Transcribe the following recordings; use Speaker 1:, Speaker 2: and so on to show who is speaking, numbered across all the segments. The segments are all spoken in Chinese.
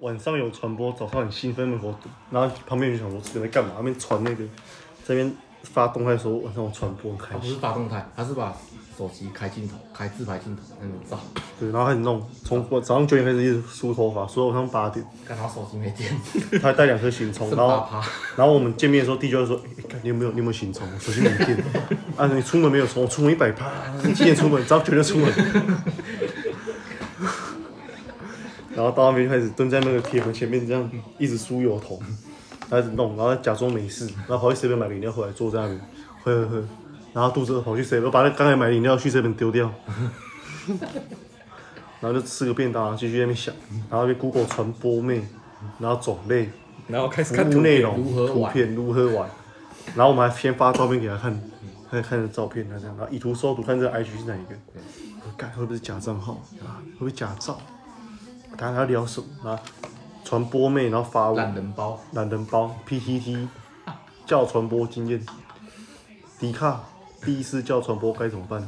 Speaker 1: 晚上有传播，早上很兴奋门口堵，然后旁边人想说这个人在干嘛？那边传那个，在那边发动态说晚上有传播很
Speaker 2: 他
Speaker 1: 开
Speaker 2: 不
Speaker 1: 心，
Speaker 2: 是发动态，他是把手机开镜头，开自拍镜头那种照，
Speaker 1: 对，然后开始弄，从早上九点开始一直梳头发，梳到晚上八点，
Speaker 2: 刚好手机没电，
Speaker 1: 他还带两颗行充，
Speaker 2: 剩
Speaker 1: 然
Speaker 2: 八
Speaker 1: 后
Speaker 2: 趴。
Speaker 1: 然后我们见面的时候，弟就会说：“哎、干你有没有你有没有行充？我手机没电 啊！你出门没有充？我出门一百趴，你几点出门？早九点出门。” 然后到那边就开始蹲在那个铁门前面，这样一直梳油头，开始弄，然后假装没事，然后跑去 seven 买饮料回来坐在那边，喝喝喝，然后肚子饿跑去 seven 把那刚才买的饮料去 seven 丢掉，然后就吃个便当，然后继续在那边想，然后被 Google 传播妹，然后种类。
Speaker 3: 然后开始看
Speaker 1: 服
Speaker 3: 图
Speaker 1: 务内
Speaker 3: 片，
Speaker 1: 容、
Speaker 2: 如何
Speaker 1: 图
Speaker 2: 玩
Speaker 1: 片如何玩，然后我们还先发照片给他看，他看着照片，他啊这样，然后以图搜图，看这个 IG 是哪一个，我干会不会是假账号啊？会不会假照？他还要聊什么？然后传播妹，然后发文，
Speaker 2: 懒人包，
Speaker 1: 懒人包、PTT、教传播经验、迪卡、第一次教传播该怎么办？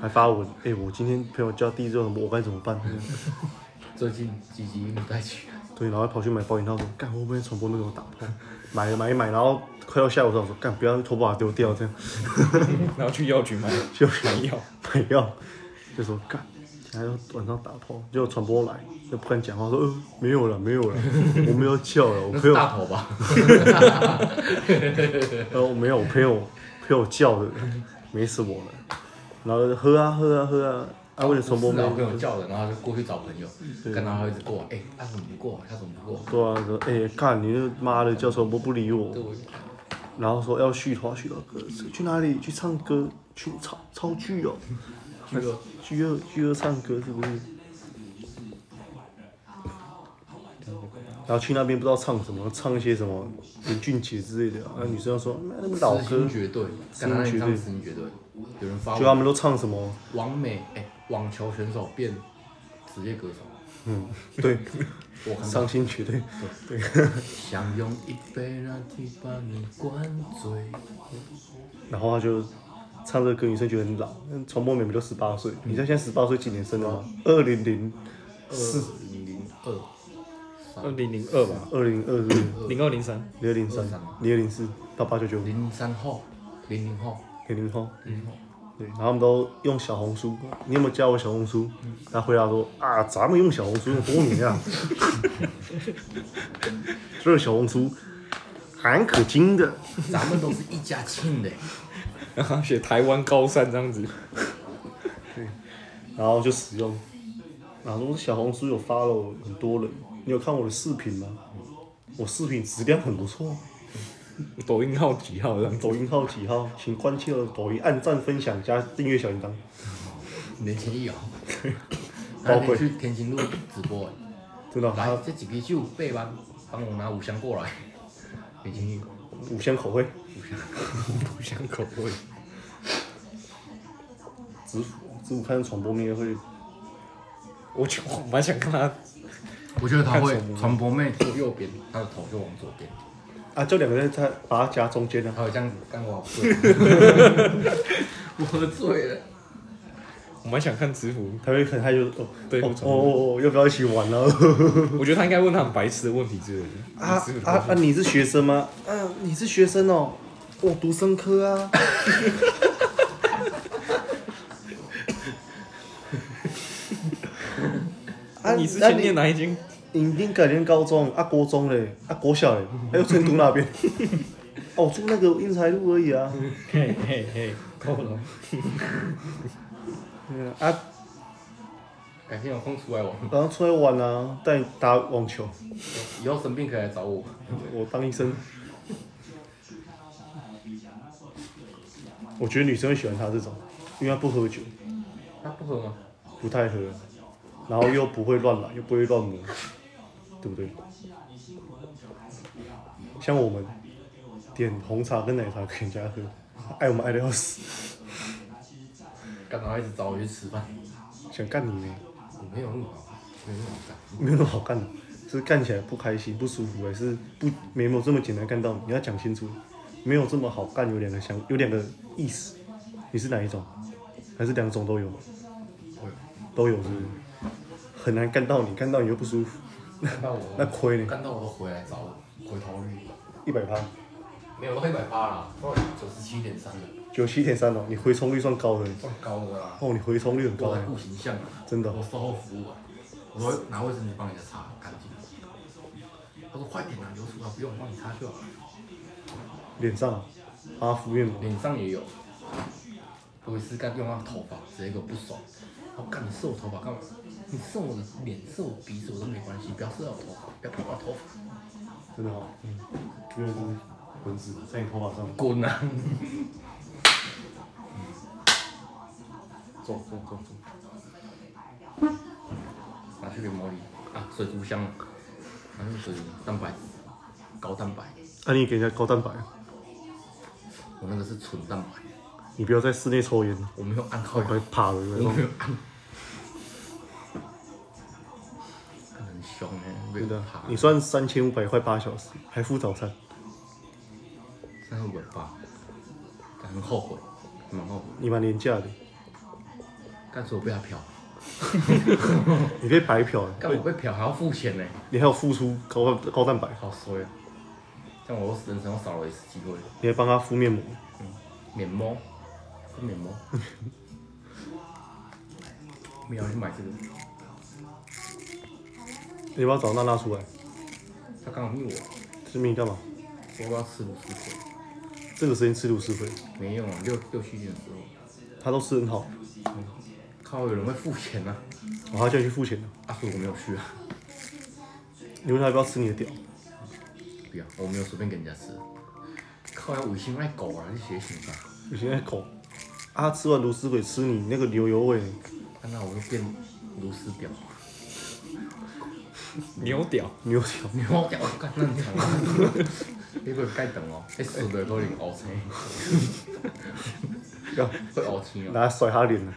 Speaker 1: 还发文，哎、我今天朋友教第一次教传播，我该怎么办？
Speaker 2: 最近积极应该去，啊
Speaker 1: 对，然后跑去买保险套，说干会不会传播那种打破？ 买了买一买，然后快到下午的时候说干不要头发丢掉这样，
Speaker 3: 然后去药 局买
Speaker 1: 就
Speaker 3: 买药，
Speaker 1: 买药，就说干，现在晚上打破，结果传播来就不敢讲话，说呃没有了没有了，我没有叫了，我朋
Speaker 2: 那是
Speaker 1: 友
Speaker 2: 大头吧？
Speaker 1: 然后没有，呃我朋友朋友叫的，没死我了，然后就喝啊喝啊喝啊，啊为了传播
Speaker 2: 是
Speaker 1: 没
Speaker 2: 啊我
Speaker 1: 有
Speaker 2: 朋友叫人，然后就过去找朋友，看到他一直过来，哎，他怎么不过来？他怎么不过来？
Speaker 1: 对啊，说嗯哎、看你那妈的叫传播不理我，
Speaker 2: 对，我
Speaker 1: 然后说要续团续到歌，去哪里去唱歌？去超超巨哦，
Speaker 2: 巨鳄
Speaker 1: 巨二巨二唱歌是不是？然后去那边不知道唱什么，唱一些什么林俊杰之类的、啊，那女生就说妈那么老
Speaker 2: 痴
Speaker 1: 歌
Speaker 2: 心，绝对，
Speaker 1: 痴心
Speaker 2: 敢让
Speaker 1: 绝
Speaker 2: 你
Speaker 1: 对
Speaker 2: 唱痴心绝对，有人发
Speaker 1: 就他
Speaker 2: 文，
Speaker 1: 们都唱什么，
Speaker 2: 王美，哎，网球选手变职业歌手，
Speaker 1: 对，
Speaker 2: 我看到
Speaker 1: 伤心绝对，
Speaker 2: 想用一杯拿铁把你灌醉，
Speaker 1: 然后他就唱这个歌，女生觉得很老，那传播妹妹都十八岁，你知道现在十八岁几年生的吗？二零零四，
Speaker 2: 二零零二
Speaker 3: 二零零二吧，
Speaker 1: 二零二是
Speaker 3: 零二零三，
Speaker 1: 零二零三，零二零四到八九九五，
Speaker 2: 零三后，零零后，
Speaker 1: 零零后。
Speaker 2: 零零后，
Speaker 1: 对，然后他们都用小红书，你有没有加我小红书？他回答说啊，咱们用小红书用多年啊， 这个小红书蛮可精的，
Speaker 2: 咱们都是一家亲的，
Speaker 3: 然后 写台湾高三这样子，
Speaker 1: 然后就使用。然后我小红书有发了很多人，你有看我的视频吗？我视频质量很不错，
Speaker 3: 抖音号几号这样子，
Speaker 1: 抖音号几号？请关切了抖音按赞、分享加订阅小铃铛。
Speaker 2: 年轻一摇，
Speaker 1: 包
Speaker 2: 那
Speaker 1: 贵
Speaker 2: 天去天津路直播哎。
Speaker 1: 真的啊，
Speaker 2: 来，这几瓶酒备完，帮我拿五箱过来。北京
Speaker 1: 五香口味，
Speaker 3: 不像口味，
Speaker 1: 直服直服看传播面会
Speaker 3: 我就蛮想看他
Speaker 2: 我觉得他会
Speaker 3: 看什么
Speaker 2: 传播妹坐右边，他的头就往左边，
Speaker 1: 啊，就两个人在把它夹中间啊。
Speaker 2: 他会这样子干我好醉，我喝醉了。
Speaker 3: 我蛮想看知府，
Speaker 1: 他会很害羞哦，
Speaker 3: 对
Speaker 1: 哦
Speaker 3: 不
Speaker 1: 哦
Speaker 3: 传
Speaker 1: 哦，要不要一起玩啊？
Speaker 3: 我觉得他应该问他很白痴的问题之类的。
Speaker 1: 啊
Speaker 3: 知府
Speaker 1: 啊
Speaker 3: 他
Speaker 1: 啊！你是学生吗？嗯、你是学生哦，我读生科啊。 啊，
Speaker 3: 你之
Speaker 1: 那
Speaker 3: 前念哪一间？
Speaker 1: 你一定改念高中啊，国中嘞，啊，国小嘞，还有成都那边。哦，我住那个英才路而已啊。
Speaker 3: 嘿嘿嘿，够了。
Speaker 1: 对 啊，啊，
Speaker 2: 改天有空出来玩，
Speaker 1: 然后出来玩啊，带你打网球，
Speaker 2: 以后生病可以来找我。
Speaker 1: 我当医生。我觉得女生会喜欢他这种，因为他不喝酒。
Speaker 2: 他不喝吗？
Speaker 1: 不太喝，然后又不会乱来，又不会乱摸，对不对？像我们点红茶跟奶茶给人家喝，爱我们爱的要死，
Speaker 2: 干嘛一直找我去吃饭？
Speaker 1: 想干你呢，
Speaker 2: 我没有那么好，啊没有那么好干。
Speaker 1: 没有那么好干的，是干起来不开心、不舒服，还是不没有这么简单干到你？你要讲清楚，没有这么好干，有两个想，有两个意思，你是哪一种？还是两种都有？都有是不是？很难干到你，干到你又不舒服。
Speaker 2: 干到我，
Speaker 1: 那亏呢？
Speaker 2: 干到我都回来找我，回头率
Speaker 1: 一百趴，
Speaker 2: 没有到一百八啦，都九十七点三了，
Speaker 1: 九七点三哦，你回冲率算高的，
Speaker 2: 算高的啦。
Speaker 1: 哦，你回冲率很高
Speaker 2: 我还
Speaker 1: 哎，
Speaker 2: 顾形象啊，
Speaker 1: 真的哦
Speaker 2: 我售后服务啊，我说拿卫生纸帮你擦干净。他说快点啊，流出啊，不用，我帮你擦就好了。
Speaker 1: 脸上啊啊敷面膜，
Speaker 2: 脸上也有，我也是干用他的头发，直接给我不爽。我干，你射我头发干嘛？你射我的脸，射我鼻子我都没关系，不要射到我头发，不要碰到我头发，
Speaker 1: 真的嗯哦，嗯，因为是蚊子在你头发上，
Speaker 2: 滚啊！
Speaker 1: 走走走走，
Speaker 2: 拿去给毛里啊，水族箱，拿去水族蛋白，高蛋白，
Speaker 1: 那啊你给人家高蛋白，啊
Speaker 2: 我那个是纯蛋白，
Speaker 1: 你不要在室内抽烟，
Speaker 2: 我没有按靠
Speaker 1: 快
Speaker 2: 腰，
Speaker 1: 趴了，
Speaker 2: 我
Speaker 1: 对
Speaker 2: 没
Speaker 1: 吧
Speaker 2: 有按，看得很凶哎、欸，被
Speaker 1: 真的
Speaker 2: 爬，，
Speaker 1: 你算三千五百块八小时，还付早餐，
Speaker 2: 三十五吧，但很后悔，蛮后悔，
Speaker 1: 你蛮廉价的，
Speaker 2: 干脆我被他嫖，
Speaker 1: 你可以白嫖，
Speaker 2: 干我被嫖还要付钱呢、欸
Speaker 1: 你还有付出高高蛋白，
Speaker 2: 好衰啊！像我人生少了一次机会，
Speaker 1: 你还帮他敷面膜，
Speaker 2: 免摸，不免摸，没有去买这个，
Speaker 1: 你要不要找娜娜出来？
Speaker 2: 他刚好密我。
Speaker 1: 这命干嘛？
Speaker 2: 说要吃卤吃腿，
Speaker 1: 这个时间吃卤吃亏，
Speaker 2: 没用啊，六六七点的时候，
Speaker 1: 他都吃很好，
Speaker 2: 靠，有人会付钱啊，
Speaker 1: 然后他叫你去付钱了，
Speaker 2: 啊，所以我没有去啊，
Speaker 1: 你问他要不要吃你的屌？
Speaker 2: 不要，我没有随便给人家吃，靠，要五星爱狗啊，还是血型吧，
Speaker 1: 有些人口，啊，吃完卤吃鬼吃你那个牛油味，
Speaker 2: 啊那我就变卤丝屌，
Speaker 3: 牛屌，
Speaker 1: 牛条，
Speaker 2: 你我屌，干正常啊，你会盖等哦，你死的都零凹青，
Speaker 1: 啊
Speaker 2: 会凹青哦，
Speaker 1: 拿来甩他脸了，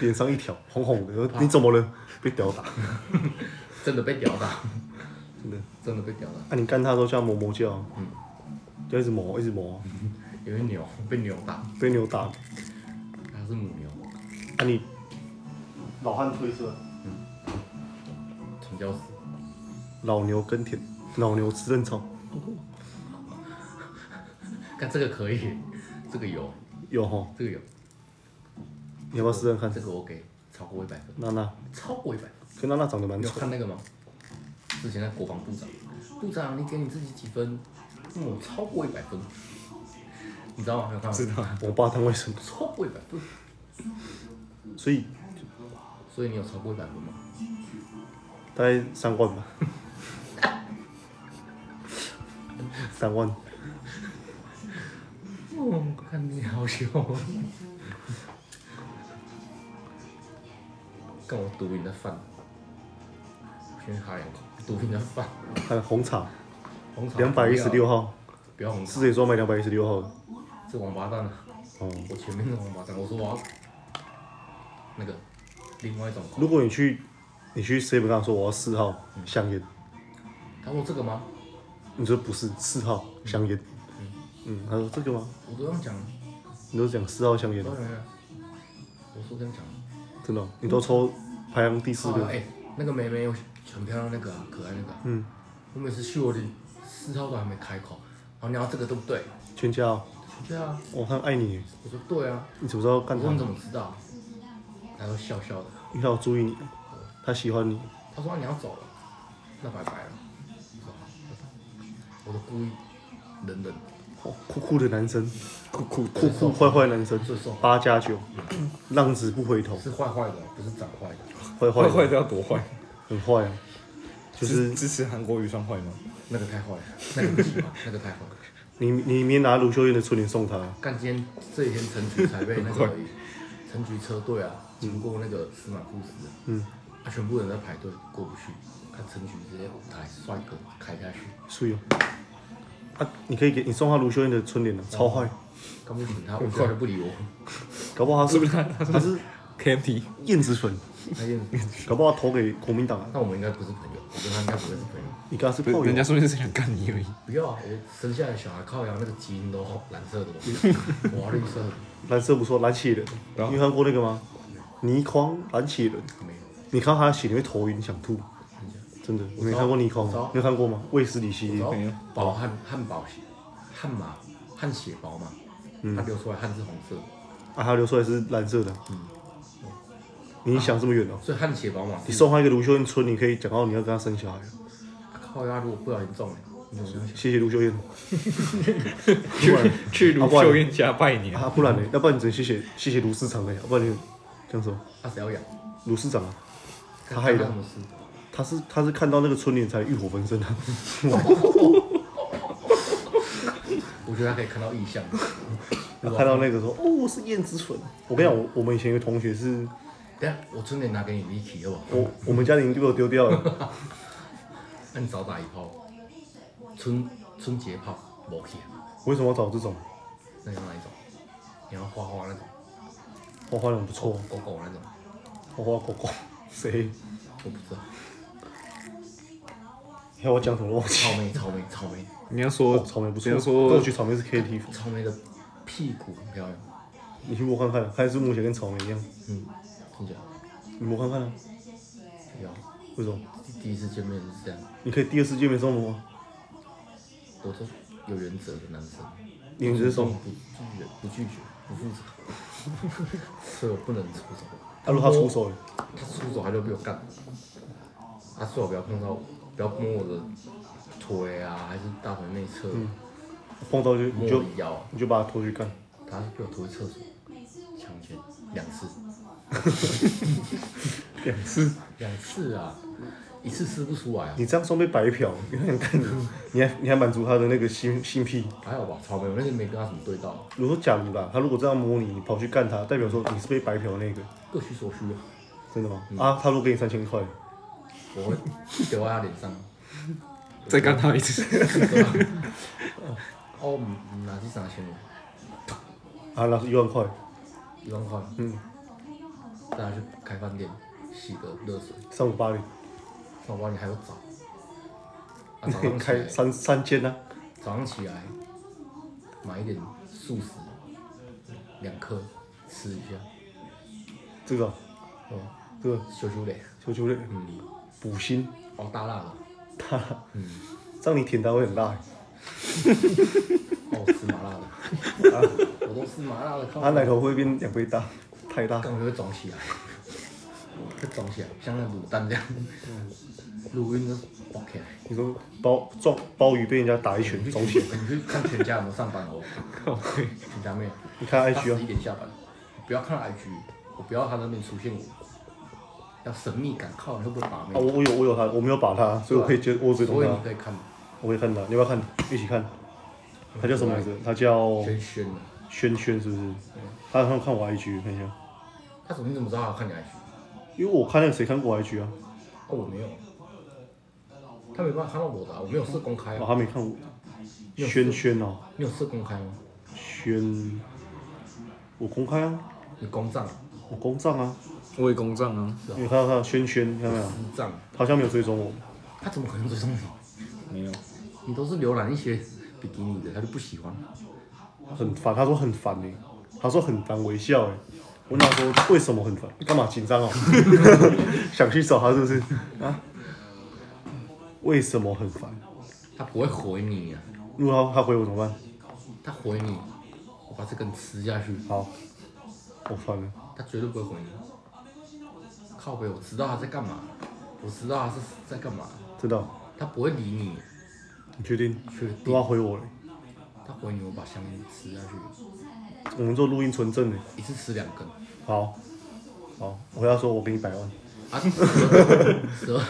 Speaker 1: 脸上一条红红的，你怎么了？被屌打，
Speaker 2: 真的被屌到，
Speaker 1: 真的。
Speaker 2: 真的被屌到，
Speaker 1: 啊，你干他都叫哞哞叫，嗯，就一直磨，一直磨，
Speaker 2: 有为牛被牛打，
Speaker 1: 被牛打。
Speaker 2: 它是母牛，
Speaker 1: 啊你，老汉推车，
Speaker 2: 传教士，
Speaker 1: 老牛耕田，老牛吃嫩草，
Speaker 2: 看这个可以，这个有，
Speaker 1: 有吼，
Speaker 2: 这个 有，
Speaker 1: 你要不要试试看
Speaker 3: 嗯
Speaker 2: 这？个我给超过一百分。
Speaker 1: 娜娜，
Speaker 2: 超过一百。
Speaker 1: 跟娜娜长得蛮
Speaker 2: 你有
Speaker 1: 丑，
Speaker 2: 看那个吗？之前的国防部长，部长你给你自己几分？嗯我超过一百分，你知道吗？没有看吗？
Speaker 3: 知道？
Speaker 1: 我爸他为什么？
Speaker 2: 超过一百分，
Speaker 1: 所以
Speaker 2: 所以你有超过一百分吗？
Speaker 1: 大概三万吧，三万。
Speaker 2: 嗯，看你好凶。跟我赌你的饭，我先哈两口，赌你的饭。
Speaker 1: 还有红茶，
Speaker 2: 红茶
Speaker 1: 两百一十六
Speaker 2: 不要，
Speaker 1: 号，
Speaker 2: 不要红茶
Speaker 1: 师，姐说买两百一十六号的。
Speaker 2: 这王八蛋啊！
Speaker 1: 哦，
Speaker 2: 我前面的王八蛋，我说我要那个另外一种口味
Speaker 1: 如果你去，你去 seven 跟他说我要四号香烟，
Speaker 2: 他说这个吗？
Speaker 1: 你说不是四号香烟，嗯，他说这个吗？
Speaker 2: 我都这样讲，
Speaker 1: 你都讲四号香烟
Speaker 2: 当，然了，我说这样讲。
Speaker 1: 真的哦，你都抽排行第四
Speaker 2: 啊，
Speaker 1: 个
Speaker 2: 哎、，那个妹妹很漂亮，那个、啊、可爱那个、
Speaker 1: 嗯，
Speaker 2: 我每次去我的四号都还没开口，然后你要这个对不对？
Speaker 1: 全家哦，
Speaker 2: 对啊，
Speaker 1: 哦，他很爱你耶，
Speaker 2: 我说对啊，
Speaker 1: 你怎么知道
Speaker 2: 我
Speaker 1: 干他
Speaker 2: 说你？怎么知道？他说笑笑的，
Speaker 1: 因为他有注意你，他喜欢你，
Speaker 2: 他说、啊、你要走了，那拜拜了。我说好拜拜我都故意冷冷，
Speaker 1: 哦，酷酷的男生，
Speaker 3: 酷酷
Speaker 1: 酷酷坏坏男生
Speaker 2: 最受，
Speaker 1: 八加九，浪子不回头，
Speaker 2: 是坏坏的，不是长坏的。
Speaker 1: 坏 坏
Speaker 3: 坏坏
Speaker 1: 的，
Speaker 3: 的要多坏？
Speaker 1: 很坏啊，就是
Speaker 3: 支支持韩国瑜算坏吗？
Speaker 2: 那个太 坏了，那个不行吧？那个太坏了。
Speaker 1: 你你明天拿卢秀燕的春联送他，
Speaker 2: 干今天这几天陈局才被那 个陈局车队啊经过那个司马库斯，
Speaker 1: 嗯，
Speaker 2: 啊全部人在排队过不去，看陈局直接舞台帅哥开下去，
Speaker 1: 所以哦，啊，你可以给你送他卢秀燕的春联啊，超坏，
Speaker 2: 干不行他完全不理 我，
Speaker 1: 搞不好他
Speaker 3: 是
Speaker 1: 是
Speaker 3: 不是他
Speaker 1: 他是
Speaker 3: KMT
Speaker 1: 燕子粉，
Speaker 2: 那件
Speaker 1: 搞不好投给国民党啊，
Speaker 2: 那我们应该不是朋友，我跟他应该不会是朋友。
Speaker 1: 你跟他是炮
Speaker 3: 不
Speaker 1: 友，啊
Speaker 3: 是，人家说定是想干你而已。
Speaker 2: 不要啊，我生下来小孩靠阳那个基因都蓝色的， 我要绿色的，
Speaker 1: 蓝色不错，蓝企人，
Speaker 2: 啊
Speaker 3: 然后
Speaker 1: 你看过那个吗？倪匡蓝企人，
Speaker 2: 没有。
Speaker 1: 你看他的血你会头晕想吐，
Speaker 2: 看一下
Speaker 1: 真的，我
Speaker 2: 知
Speaker 1: 没
Speaker 2: 道
Speaker 1: 看过尼康
Speaker 2: 我知道，
Speaker 1: 你有看过吗？卫斯理系列
Speaker 2: 然，后
Speaker 3: 没有
Speaker 2: 包汉汉堡血汉马汗血包嘛，
Speaker 1: 嗯
Speaker 2: 它流出来汗是红色，
Speaker 1: 啊，它流出来是蓝色的。
Speaker 2: 嗯
Speaker 1: 你想这么远哦？
Speaker 2: 所以汗血宝马
Speaker 1: 你
Speaker 2: 是。
Speaker 1: 送他一个卢秀燕村，你可以讲到你要跟他生小孩。
Speaker 2: 啊靠呀！如果不小心中了，你怎么样想？
Speaker 1: 谢谢卢秀燕，
Speaker 3: 去 去卢
Speaker 1: 啊不然
Speaker 3: 秀燕家拜年，
Speaker 1: 啊，不然呢？要不然你只能谢谢谢谢卢市长哎，要不然你讲什么？
Speaker 2: 他谁要养？
Speaker 1: 卢市长啊，他害的
Speaker 2: 干他什么事？
Speaker 1: 他是他是看到那个春联才欲火焚身啊。
Speaker 2: 我觉得他可以看到异象。
Speaker 1: 然后看到那个说，哦，我是燕子粉。我跟你讲，我我们以前有个同学是，
Speaker 2: 等下我春联拿给你，Vicky 好不好？
Speaker 1: 我我们家邻居给我丢掉了，
Speaker 2: 那你早打一炮，春春节炮，没去啊？
Speaker 1: 为什么要找这种？
Speaker 2: 那你要哪一种？你要花花那种，
Speaker 1: 花花人不错，啊
Speaker 2: 狗狗那种？
Speaker 1: 花花狗狗， 谁？
Speaker 2: 我不知道，
Speaker 1: 你看我讲什么都忘记
Speaker 2: 草。莓草莓草莓
Speaker 3: 你要说
Speaker 1: 哦草莓不
Speaker 3: 你
Speaker 1: 错，
Speaker 3: 要说
Speaker 1: 我觉得草莓是 K T 风，
Speaker 2: 草莓的屁股很漂亮，
Speaker 1: 你去摸看看啊，看是摸起来跟草莓一样，
Speaker 2: 嗯，听讲
Speaker 1: 你摸看看啊。
Speaker 2: 有。
Speaker 1: 为什么？
Speaker 2: 第一次见面是这样，
Speaker 1: 你可以第二次见面送摸啊吗？
Speaker 2: 我都有原则的男生，
Speaker 1: 你们是送
Speaker 2: 不？
Speaker 3: 嗯
Speaker 2: 拒绝不拒绝不负责，所以我不能出手。
Speaker 1: 他啊说他出手了，
Speaker 2: 他出手他就被我干，他最好不要碰到，不要摸我的腿啊，还是大腿内侧，
Speaker 1: 碰到就嗯
Speaker 2: 摸
Speaker 1: 你
Speaker 2: 我
Speaker 1: 就
Speaker 2: 的腰，啊
Speaker 1: 你就把他拖去干。
Speaker 2: 他被我拖去厕所，强奸两次，
Speaker 3: 两次，
Speaker 2: 两次啊，一次吃不出来啊，
Speaker 1: 你这样算被白嫖，你看你看你，
Speaker 3: 嗯
Speaker 1: 你还你还满足他的那个性性癖。
Speaker 2: 还好吧，草莓，我那天没跟他什么对到，
Speaker 1: 如果假如啦，他如果这样摸你，你跑去干他，代表说你是被白嫖的那个，
Speaker 2: 各取所需啊，
Speaker 1: 真的
Speaker 3: 嗯
Speaker 1: 吗？啊，他如果给你三千块，
Speaker 2: 我会丢在他脸上，
Speaker 3: 再干他一 次，
Speaker 2: 对吧？哦，嗯拿去三千了，
Speaker 1: 啊，那是一万块，
Speaker 2: 一万块，
Speaker 1: 嗯，
Speaker 2: 带他去开饭店洗个热水，
Speaker 1: 三五八零，
Speaker 2: 那我帮你还有澡，啊，
Speaker 1: 你
Speaker 2: 早
Speaker 1: 可以
Speaker 2: 上起
Speaker 1: 开
Speaker 2: 来。
Speaker 1: 三三千啊，
Speaker 2: 早上起来买一点素食，两颗吃一下，
Speaker 1: 这个啊
Speaker 2: 哦，
Speaker 1: 这个
Speaker 2: 修修嘞，
Speaker 1: 求求了，
Speaker 2: 嗯，
Speaker 1: 补锌，
Speaker 2: 哦大辣的，
Speaker 1: 他，嗯这样你舔他会很辣欸，
Speaker 2: 哦我吃麻辣的，啊，我都吃麻辣的，靠
Speaker 1: 他奶头会变两倍大，太大，
Speaker 2: 干我就会肿起来，会肿起来，像那卤蛋这样，卤晕就爆起来。
Speaker 1: 你说包撞包鱼被人家打一拳
Speaker 2: 你去
Speaker 1: 肿起来，
Speaker 2: 你去看全家有没有上班哦，
Speaker 3: 靠背
Speaker 2: 全家没有，
Speaker 1: 你看
Speaker 2: 他
Speaker 1: IG
Speaker 2: 十一
Speaker 1: 啊，
Speaker 2: 点下班，不要看 IG，我不要他那边出现我，要神秘感，靠，你会不会把
Speaker 1: 啊
Speaker 2: 妹？啊
Speaker 1: 我我有我有他，我没有把他，所以我可以接我啊追踪
Speaker 2: 所以你
Speaker 1: 他，
Speaker 2: 可以看
Speaker 1: 我可以看他，你要不要看？一起看，他叫什么名字？他叫
Speaker 2: 轩轩的。
Speaker 1: 轩轩是不是？他他看我 IG 看一下。
Speaker 2: 他怎么你怎么知道他看你 IG？
Speaker 1: 因为我看那个谁看过 IG 啊，
Speaker 2: 哦，我没有，他没办法看到我的啊、我没有设公开
Speaker 1: 我
Speaker 2: 啊。
Speaker 1: 哦还没看我。
Speaker 2: 有
Speaker 1: 轩轩哦，
Speaker 2: 你有设公开吗？
Speaker 1: 轩，我公开啊，
Speaker 2: 你公账、
Speaker 1: 我公账啊，
Speaker 3: 我也公账啊，
Speaker 1: 你有看到看到轩轩看到没有？
Speaker 2: 私账，
Speaker 1: 他好像没有追踪我，
Speaker 2: 他怎么可能追踪你？
Speaker 3: 没有，
Speaker 2: 你都是浏览一些比基尼的，他就不喜欢。
Speaker 1: 很烦，他说很烦哎、他说很烦微笑哎、我问他说为什么很烦，干嘛紧张哦？哦想去找他是不是？啊？为什么很烦？
Speaker 2: 他不会回你啊，
Speaker 1: 如果他他回我怎么办？
Speaker 2: 他回你，我把这根吃下去，
Speaker 1: 好，我算了，
Speaker 2: 他绝对不会回你。靠北，我知道他在干嘛，我知道他是在干嘛，
Speaker 1: 真的哦，
Speaker 2: 他不会理你。
Speaker 1: 你确定？
Speaker 2: 确
Speaker 1: 如果
Speaker 2: 定？
Speaker 1: 他回我嘞，
Speaker 2: 他回你，我把香烟吃下去，
Speaker 1: 我们做录音存证嘞。
Speaker 2: 一次吃两根。
Speaker 1: 好，好，我要说，我给你百万，
Speaker 2: 啊，蛇，蛇，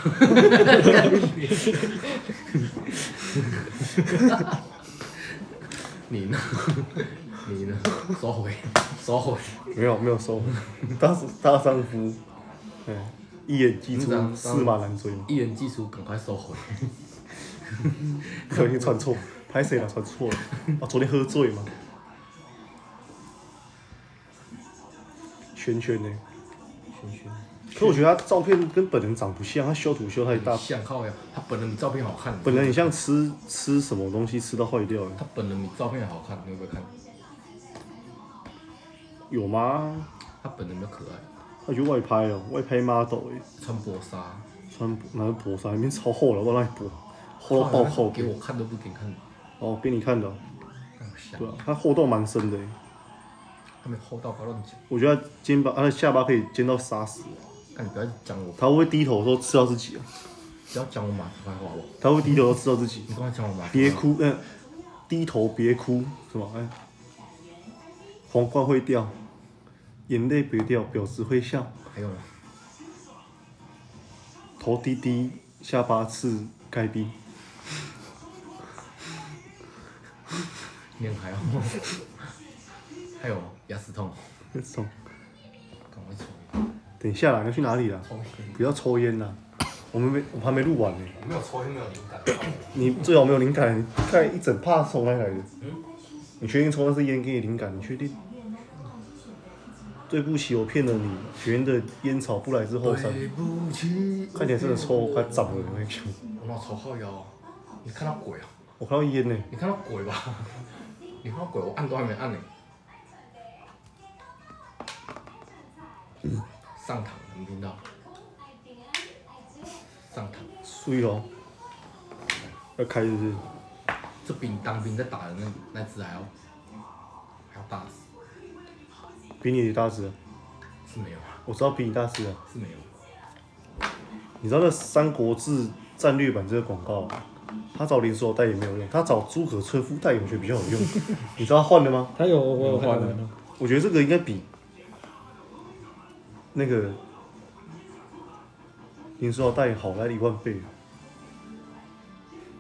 Speaker 2: 你呢？你呢？收回，收回。
Speaker 1: 没有没有 收，大大丈夫，嗯，一言既出
Speaker 2: 你当，
Speaker 1: 驷马难追嘛，
Speaker 2: 一人技术，赶快收回。
Speaker 1: 可能传 错，拍谁了？传错了，啊，昨天喝醉嘛，圈圈呢、
Speaker 2: 轩轩，
Speaker 1: 可我觉得他照片跟本人长不像，他修图修太大，
Speaker 2: 像靠呀，他本人比照片好看。
Speaker 1: 本人很像吃吃什么东西吃到坏掉了，
Speaker 2: 他本人比照片好看，你有没有看？
Speaker 1: 有吗？
Speaker 2: 他本人比较可爱，
Speaker 1: 他去外拍哦、外拍 model 哎、
Speaker 2: 穿薄纱，
Speaker 1: 穿薄哪个薄纱，里面超厚了，我让你薄，厚到爆厚。
Speaker 2: 啊给我看都不给你看，
Speaker 1: 哦，给你看的哦，
Speaker 2: 让我想
Speaker 1: 对，啊，它厚度蛮深的耶，欸
Speaker 2: 他们厚到不要乱讲，
Speaker 1: 我觉得它肩膀、它的下巴可以尖到杀死我。
Speaker 2: 看你不要讲我，
Speaker 1: 它会不会低头的时候吃到自己啊？
Speaker 2: 不要讲我马子番话好不好？
Speaker 1: 它会不会低头的时候吃到自己啊
Speaker 2: 你？刚才讲我马子番，
Speaker 1: 别哭，嗯、低头别哭，什么？哎、皇冠会掉，眼泪别掉，婊子会笑，
Speaker 2: 还有吗？
Speaker 1: 头低低，下巴刺盖冰。
Speaker 2: 念还有， 还有牙齿痛，
Speaker 1: 走，
Speaker 2: 赶快抽
Speaker 1: 等一下啦，你要去哪里啦？
Speaker 2: 抽烟。
Speaker 1: 不要抽烟啦，我们没，我还没录完呢。
Speaker 2: 没有抽烟没有灵感，
Speaker 1: 你最好没有灵感，你看一整怕从哪里来的？你确定抽那是烟给你灵感？你确定？对不起，我骗了你。学院的烟草不来自后山，
Speaker 2: 对不起，
Speaker 1: 看起来真的抽，快长了。我跟你讲
Speaker 2: 我脑抽好腰啊，你看到鬼啊？
Speaker 1: 我看到烟呢、
Speaker 2: 你看到鬼吧？ 你看到鬼，我按都还没按呢、上膛，你听到？上膛，
Speaker 1: 睡咯，要开是不是？
Speaker 2: 这比你当兵在打的那那只还要还要大只，
Speaker 1: 比你大只啊，
Speaker 2: 是没有啊，
Speaker 1: 我知道比你大只啊。
Speaker 2: 是没有。
Speaker 1: 你知道那《三国志》战略版这个广告啊，他找林书豪代言没有用，他找诸葛村夫代言我觉得比较有用。 你知道他换了吗？
Speaker 3: 他有我有换了，
Speaker 1: 我觉得这个应该比那个林书豪代言好来了一万倍啊。